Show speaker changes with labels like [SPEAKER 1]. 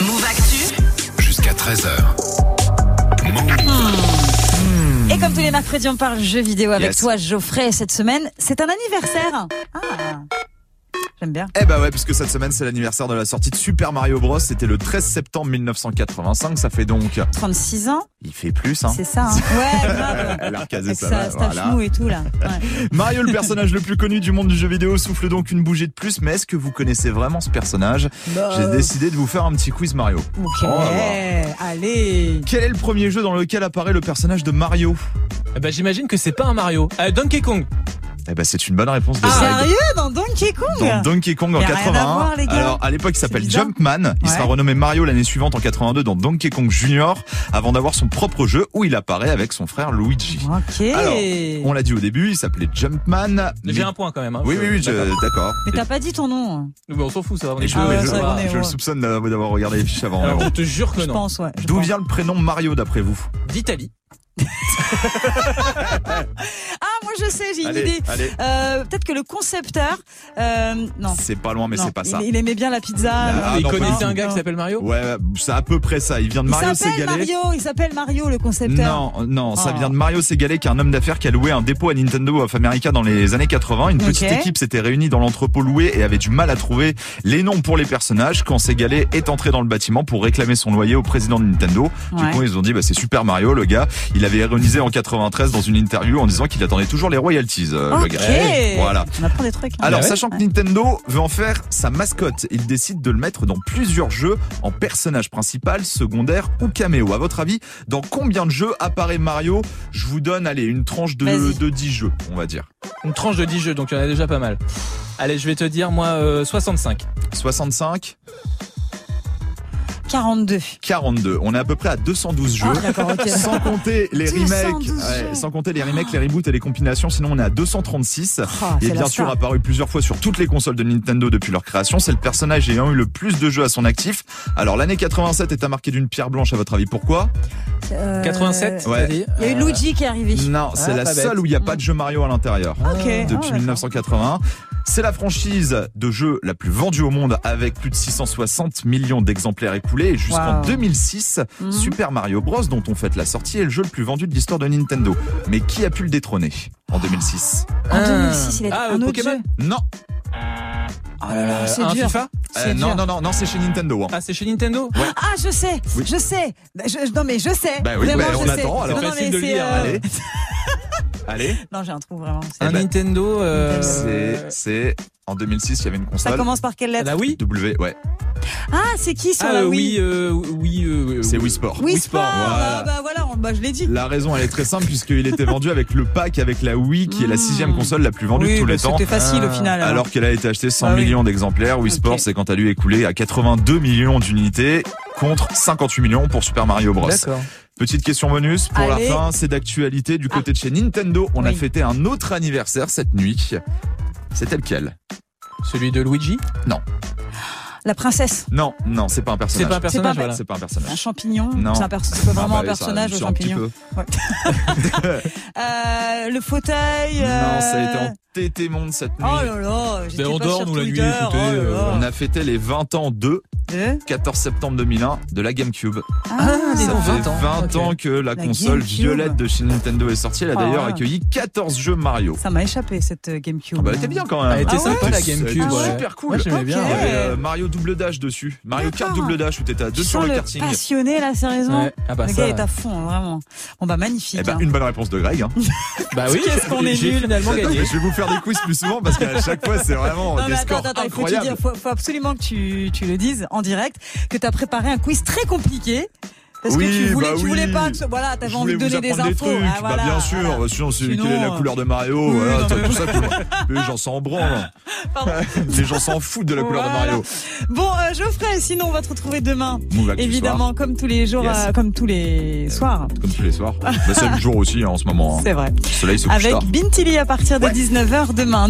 [SPEAKER 1] Move Actu.
[SPEAKER 2] jusqu'à 13h.
[SPEAKER 3] Et comme tous les mercredis, on parle jeux vidéo avec
[SPEAKER 4] Yes.
[SPEAKER 3] toi, Geoffrey. Cette semaine, c'est un anniversaire. Ah, j'aime bien.
[SPEAKER 4] Eh bah ouais, puisque cette semaine c'est l'anniversaire de la sortie de Super Mario Bros. C'était le 13 septembre 1985, ça fait donc...
[SPEAKER 3] 36 ans,
[SPEAKER 4] Il fait plus, hein
[SPEAKER 3] c'est ça. hein. Ouais, grave.
[SPEAKER 4] Elle a recasé
[SPEAKER 3] Avec
[SPEAKER 4] ça.
[SPEAKER 3] sa, sa chmou et tout là. Ouais.
[SPEAKER 4] Mario, le personnage le plus connu du monde du jeu vidéo, souffle donc une bougie de plus. Mais est-ce que vous connaissez vraiment ce personnage J'ai
[SPEAKER 3] Euh.
[SPEAKER 4] décidé de vous faire un petit quiz Mario.
[SPEAKER 3] Ok,
[SPEAKER 4] On va
[SPEAKER 3] allez.
[SPEAKER 4] Quel est le premier jeu dans lequel apparaît le personnage de Mario
[SPEAKER 5] Eh ben, j'imagine que c'est pas un Mario. Euh, Donkey Kong.
[SPEAKER 4] Eh ben c'est une bonne réponse
[SPEAKER 3] Ah,
[SPEAKER 4] de Side.
[SPEAKER 3] Sérieux dans Donkey Kong
[SPEAKER 4] dans Donkey Kong en
[SPEAKER 3] Y a rien à
[SPEAKER 4] 81.
[SPEAKER 3] voir, les gars.
[SPEAKER 4] Alors à l'époque, il
[SPEAKER 3] C'est
[SPEAKER 4] s'appelle
[SPEAKER 3] bizarre.
[SPEAKER 4] Jumpman. Il sera
[SPEAKER 3] Ouais.
[SPEAKER 4] renommé Mario l'année suivante en 82 dans Donkey Kong Junior, avant d'avoir son propre jeu où il apparaît avec son frère Luigi.
[SPEAKER 3] Ok.
[SPEAKER 4] Alors, On l'a dit au début, il s'appelait Jumpman. mais-
[SPEAKER 5] J'ai un point quand même. hein.
[SPEAKER 4] Oui,
[SPEAKER 5] Je-
[SPEAKER 4] oui, oui, je-
[SPEAKER 5] D'accord.
[SPEAKER 4] d'accord.
[SPEAKER 3] Mais t'as pas dit ton nom, hein,
[SPEAKER 5] Mais on s'en fout, ça. va, on est
[SPEAKER 4] Et je,
[SPEAKER 5] chaud.
[SPEAKER 3] Ah ouais,
[SPEAKER 4] je-
[SPEAKER 3] c'est vrai qu'on est
[SPEAKER 4] je le
[SPEAKER 3] heureux.
[SPEAKER 4] soupçonne d'avoir d'avoir regardé les fiches avant.
[SPEAKER 5] Alors,
[SPEAKER 4] mais
[SPEAKER 5] je
[SPEAKER 4] bon.
[SPEAKER 5] te jure que
[SPEAKER 3] je
[SPEAKER 5] non.
[SPEAKER 3] pense, ouais. je
[SPEAKER 4] Euh, D'où
[SPEAKER 3] pense.
[SPEAKER 4] vient le prénom Mario d'après vous
[SPEAKER 5] D'Italie.
[SPEAKER 3] Ah, moi je sais, j'ai une
[SPEAKER 4] Allez,
[SPEAKER 3] idée.
[SPEAKER 4] allez.
[SPEAKER 3] Euh, Peut-être que le concepteur. euh, non.
[SPEAKER 4] C'est pas loin, mais
[SPEAKER 3] non,
[SPEAKER 4] c'est pas ça.
[SPEAKER 3] Il, il aimait bien la pizza.
[SPEAKER 4] Ah,
[SPEAKER 5] il
[SPEAKER 4] non, pas du
[SPEAKER 5] connaissait un
[SPEAKER 4] tout.
[SPEAKER 5] gars qui s'appelle Mario
[SPEAKER 4] Ouais, c'est à peu près ça. Il vient de
[SPEAKER 3] Il
[SPEAKER 4] Mario
[SPEAKER 3] s'appelle
[SPEAKER 4] Ségalé.
[SPEAKER 3] Mario, il s'appelle Mario le concepteur.
[SPEAKER 4] Non, non, ça
[SPEAKER 3] Oh.
[SPEAKER 4] vient de Mario Segale, qui est un homme d'affaires qui a loué un dépôt à Nintendo of America dans les années 80. Une petite
[SPEAKER 3] Ok.
[SPEAKER 4] équipe s'était réunie dans l'entrepôt loué et avait du mal à trouver les noms pour les personnages quand Segale est entré dans le bâtiment pour réclamer son loyer au président de Nintendo.
[SPEAKER 3] Ouais.
[SPEAKER 4] Du coup, ils ont dit, bah, c'est Super Mario, le gars. Il avait ironisé en 93 dans une interview en disant qu'il attendait toujours les royalties, euh, le
[SPEAKER 3] Ok.
[SPEAKER 4] gars. Voilà.
[SPEAKER 3] On apprend des trucs. hein.
[SPEAKER 4] Alors,
[SPEAKER 5] Ah ouais.
[SPEAKER 4] sachant que Nintendo veut en faire sa mascotte, il décide de le mettre dans plusieurs jeux en personnage principal, secondaire ou caméo. À votre avis, dans combien de jeux apparaît Mario Je vous donne, allez, une tranche de,
[SPEAKER 3] Vas-y.
[SPEAKER 4] de 10 jeux, on va dire.
[SPEAKER 5] Une tranche de 10 jeux, donc il y en a déjà pas mal. Allez, je vais te dire, moi, euh, 65.
[SPEAKER 4] 65,
[SPEAKER 3] 42.
[SPEAKER 4] 42. On est à peu près à 212 jeux.
[SPEAKER 3] Ah, d'accord, ok.
[SPEAKER 4] Sans compter les
[SPEAKER 3] 212
[SPEAKER 4] remakes,
[SPEAKER 3] jeux. Ah.
[SPEAKER 4] ouais, sans compter les remakes, les reboots et les compilations, sinon on est à 236.
[SPEAKER 3] Oh,
[SPEAKER 4] Il
[SPEAKER 3] c'est
[SPEAKER 4] est
[SPEAKER 3] la
[SPEAKER 4] bien
[SPEAKER 3] star.
[SPEAKER 4] sûr apparu plusieurs fois sur toutes les consoles de Nintendo depuis leur création. C'est le personnage ayant eu le plus de jeux à son actif. Alors l'année 87 est à marquer d'une pierre blanche à votre avis. Pourquoi
[SPEAKER 3] Euh,
[SPEAKER 5] 87
[SPEAKER 4] Ouais.
[SPEAKER 5] t'as dit
[SPEAKER 3] Il y a eu
[SPEAKER 5] Euh,
[SPEAKER 3] Luigi qui est arrivé.
[SPEAKER 4] Non, c'est
[SPEAKER 5] Ah,
[SPEAKER 4] la
[SPEAKER 5] pas bête.
[SPEAKER 4] seule où il n'y a pas de jeu Mario à l'intérieur.
[SPEAKER 3] Ok. Mm.
[SPEAKER 5] euh,
[SPEAKER 3] Ah,
[SPEAKER 4] Depuis
[SPEAKER 3] d'accord.
[SPEAKER 4] 1981. C'est la franchise de jeux la plus vendue au monde avec plus de 660 millions d'exemplaires écoulés. Et jusqu'en
[SPEAKER 3] Wow.
[SPEAKER 4] 2006,
[SPEAKER 3] Mhm.
[SPEAKER 4] Super Mario Bros, dont on fête la sortie, est le jeu le plus vendu de l'histoire de Nintendo. Mais qui a pu le détrôner en 2006
[SPEAKER 3] En
[SPEAKER 5] un-
[SPEAKER 3] 2006, il a
[SPEAKER 5] Ah,
[SPEAKER 3] un autre
[SPEAKER 5] Pokémon
[SPEAKER 3] jeu.
[SPEAKER 4] Non,
[SPEAKER 3] Oh là là,
[SPEAKER 5] Euh,
[SPEAKER 3] c'est
[SPEAKER 5] Un
[SPEAKER 3] dur.
[SPEAKER 5] FIFA
[SPEAKER 3] C'est
[SPEAKER 4] Euh, non,
[SPEAKER 3] dur.
[SPEAKER 4] non, non, non, c'est chez Nintendo. hein.
[SPEAKER 5] Ah, c'est chez Nintendo
[SPEAKER 3] Ah, je sais,
[SPEAKER 4] Oui.
[SPEAKER 3] je sais. Bah, je- non, mais je sais.
[SPEAKER 4] Bah oui,
[SPEAKER 3] Vraiment,
[SPEAKER 4] bah,
[SPEAKER 3] je
[SPEAKER 4] on
[SPEAKER 3] sais.
[SPEAKER 4] attend, alors.
[SPEAKER 3] Non, non,
[SPEAKER 5] Facile
[SPEAKER 3] mais
[SPEAKER 5] de
[SPEAKER 3] c'est,
[SPEAKER 5] lire,
[SPEAKER 3] euh,
[SPEAKER 4] Allez. Allez.
[SPEAKER 3] Non, j'ai un trou vraiment.
[SPEAKER 4] Eh
[SPEAKER 5] Un
[SPEAKER 4] ben,
[SPEAKER 5] Nintendo. euh,
[SPEAKER 4] C'est, c'est, en 2006, il y avait une
[SPEAKER 3] Ça
[SPEAKER 4] console.
[SPEAKER 3] commence par quelle lettre
[SPEAKER 5] La Wii
[SPEAKER 4] W, ouais.
[SPEAKER 3] Ah, c'est qui sur
[SPEAKER 5] bah Ah,
[SPEAKER 3] la
[SPEAKER 5] euh,
[SPEAKER 3] Wii
[SPEAKER 5] Wii. euh, Wii, euh,
[SPEAKER 4] C'est
[SPEAKER 5] euh,
[SPEAKER 4] Wii Sport.
[SPEAKER 3] Wii
[SPEAKER 5] Wii
[SPEAKER 3] Sport.
[SPEAKER 5] Sport,
[SPEAKER 3] Bah,
[SPEAKER 4] voilà.
[SPEAKER 3] bah, voilà, on- bah, je l'ai dit.
[SPEAKER 4] La raison, elle est très simple, puisqu'il était vendu avec le pack, avec la Wii, qui est la
[SPEAKER 3] Mm.
[SPEAKER 4] sixième console la plus vendue de
[SPEAKER 3] oui,
[SPEAKER 4] tous
[SPEAKER 3] bah,
[SPEAKER 4] les temps. Euh,
[SPEAKER 3] C'était facile au
[SPEAKER 5] Ah.
[SPEAKER 3] final. alors.
[SPEAKER 4] Alors qu'elle a été achetée 100
[SPEAKER 3] Ah oui.
[SPEAKER 4] millions d'exemplaires. Wii
[SPEAKER 3] Ok.
[SPEAKER 4] Sports s'est quant à lui écoulé à 82 millions d'unités contre 58 millions pour Super Mario Bros.
[SPEAKER 5] D'accord.
[SPEAKER 4] Petite question bonus pour
[SPEAKER 3] Allez. Ah.
[SPEAKER 4] la fin, c'est d'actualité du côté de chez Nintendo. On a
[SPEAKER 3] Oui.
[SPEAKER 4] fêté un autre anniversaire cette nuit. C'était lequel
[SPEAKER 5] Celui de Luigi
[SPEAKER 3] La princesse.
[SPEAKER 4] Non, non, c'est pas un
[SPEAKER 5] C'est
[SPEAKER 4] personnage.
[SPEAKER 5] pas un personnage,
[SPEAKER 3] pas-
[SPEAKER 5] voilà.
[SPEAKER 4] C'est pas un
[SPEAKER 3] Un
[SPEAKER 4] personnage.
[SPEAKER 3] champignon.
[SPEAKER 4] Non.
[SPEAKER 3] C'est un perso- c'est pas
[SPEAKER 4] Ah
[SPEAKER 3] vraiment
[SPEAKER 4] bah,
[SPEAKER 3] un
[SPEAKER 4] ça,
[SPEAKER 3] personnage, le
[SPEAKER 4] c'est un petit
[SPEAKER 3] champignon.
[SPEAKER 4] peu.
[SPEAKER 3] Euh, le fauteuil.
[SPEAKER 4] Non, ça a été
[SPEAKER 3] euh,
[SPEAKER 4] en tété monde cette nuit.
[SPEAKER 3] Oh là là, j'étais
[SPEAKER 5] Ben, on
[SPEAKER 3] pas
[SPEAKER 5] dort,
[SPEAKER 3] sur
[SPEAKER 5] nous, la nuit,
[SPEAKER 3] Twitter,
[SPEAKER 5] écoutez,
[SPEAKER 3] oh là
[SPEAKER 5] euh,
[SPEAKER 3] là.
[SPEAKER 4] On a fêté les 20 ans de
[SPEAKER 3] Deux.
[SPEAKER 4] 14 septembre 2001 de la GameCube.
[SPEAKER 3] Ah,
[SPEAKER 5] dis
[SPEAKER 4] Ça
[SPEAKER 5] donc,
[SPEAKER 4] fait
[SPEAKER 5] 20 ans.
[SPEAKER 4] 20
[SPEAKER 5] Ok.
[SPEAKER 4] ans que la,
[SPEAKER 3] La
[SPEAKER 4] console
[SPEAKER 3] GameCube.
[SPEAKER 4] violette de chez Nintendo est sortie. Elle a
[SPEAKER 3] Ah
[SPEAKER 4] d'ailleurs
[SPEAKER 3] ouais.
[SPEAKER 4] accueilli 14 jeux Mario.
[SPEAKER 3] Ça m'a échappé cette euh, GameCube.
[SPEAKER 4] Ah Bah, elle était bien quand même.
[SPEAKER 5] Elle était
[SPEAKER 3] Ah ouais
[SPEAKER 5] sympa la
[SPEAKER 4] Elle était
[SPEAKER 5] GameCube. ouais.
[SPEAKER 4] Super cool.
[SPEAKER 5] Moi, j'aimais bien.
[SPEAKER 4] Il y
[SPEAKER 3] Ok.
[SPEAKER 5] ouais.
[SPEAKER 4] avait, euh, Mario double dash dessus. Mario Kart
[SPEAKER 3] D'accord.
[SPEAKER 4] double dash où t'étais à deux
[SPEAKER 3] Tu
[SPEAKER 4] sur
[SPEAKER 3] sens
[SPEAKER 4] le
[SPEAKER 3] le
[SPEAKER 4] karting.
[SPEAKER 3] passionné là, sérieusement.
[SPEAKER 5] Ouais. Ah bah
[SPEAKER 3] le
[SPEAKER 5] ça.
[SPEAKER 3] gars est à fond, hein, vraiment. Bon bah magnifique.
[SPEAKER 4] Eh ben,
[SPEAKER 3] hein.
[SPEAKER 4] une bonne réponse de Greg. hein.
[SPEAKER 5] Bah oui,
[SPEAKER 3] Qu'est-ce qu'on est
[SPEAKER 5] j'ai
[SPEAKER 3] nul.
[SPEAKER 5] finalement
[SPEAKER 4] Attends,
[SPEAKER 5] gagné.
[SPEAKER 4] mais je vais vous faire des quiz plus souvent parce qu'à chaque fois c'est vraiment
[SPEAKER 3] Non
[SPEAKER 4] des
[SPEAKER 3] mais attends,
[SPEAKER 4] scores
[SPEAKER 3] attends, il faut, te
[SPEAKER 4] incroyables.
[SPEAKER 3] dire, faut, faut absolument que tu, tu le dises en direct, que tu as préparé un quiz très compliqué. Parce que
[SPEAKER 4] Oui,
[SPEAKER 3] tu voulais,
[SPEAKER 4] bah
[SPEAKER 3] tu
[SPEAKER 4] oui.
[SPEAKER 3] voulais pas que ce- voilà,
[SPEAKER 4] Je
[SPEAKER 3] t'avais
[SPEAKER 4] voulais
[SPEAKER 3] envie de
[SPEAKER 4] vous
[SPEAKER 3] donner des
[SPEAKER 4] apprendre
[SPEAKER 3] infos.
[SPEAKER 4] trucs.
[SPEAKER 3] Ah,
[SPEAKER 4] Bah,
[SPEAKER 3] voilà,
[SPEAKER 4] bien sûr,
[SPEAKER 3] voilà.
[SPEAKER 4] sinon c'est
[SPEAKER 3] Sinon,
[SPEAKER 4] quelle est la
[SPEAKER 3] euh,
[SPEAKER 4] couleur de Mario,
[SPEAKER 3] oui,
[SPEAKER 4] voilà,
[SPEAKER 3] non, mais-
[SPEAKER 4] tout ça. tout ça. Les gens s'en branlent.
[SPEAKER 3] Pardon.
[SPEAKER 4] Les gens s'en foutent de la couleur
[SPEAKER 3] Voilà.
[SPEAKER 4] de Mario.
[SPEAKER 3] Bon, euh, Geoffrey, sinon on va te retrouver demain.
[SPEAKER 4] Move Actu
[SPEAKER 3] Évidemment, comme tous les jours,
[SPEAKER 4] Bah, Yes.
[SPEAKER 3] euh, comme tous les soirs.
[SPEAKER 4] soir, comme tous les soirs. bah, c'est le jour aussi hein, en ce moment. hein.
[SPEAKER 3] C'est vrai.
[SPEAKER 4] Le soleil se couche
[SPEAKER 3] Avec
[SPEAKER 4] tard.
[SPEAKER 3] Bintili à partir de 19h demain.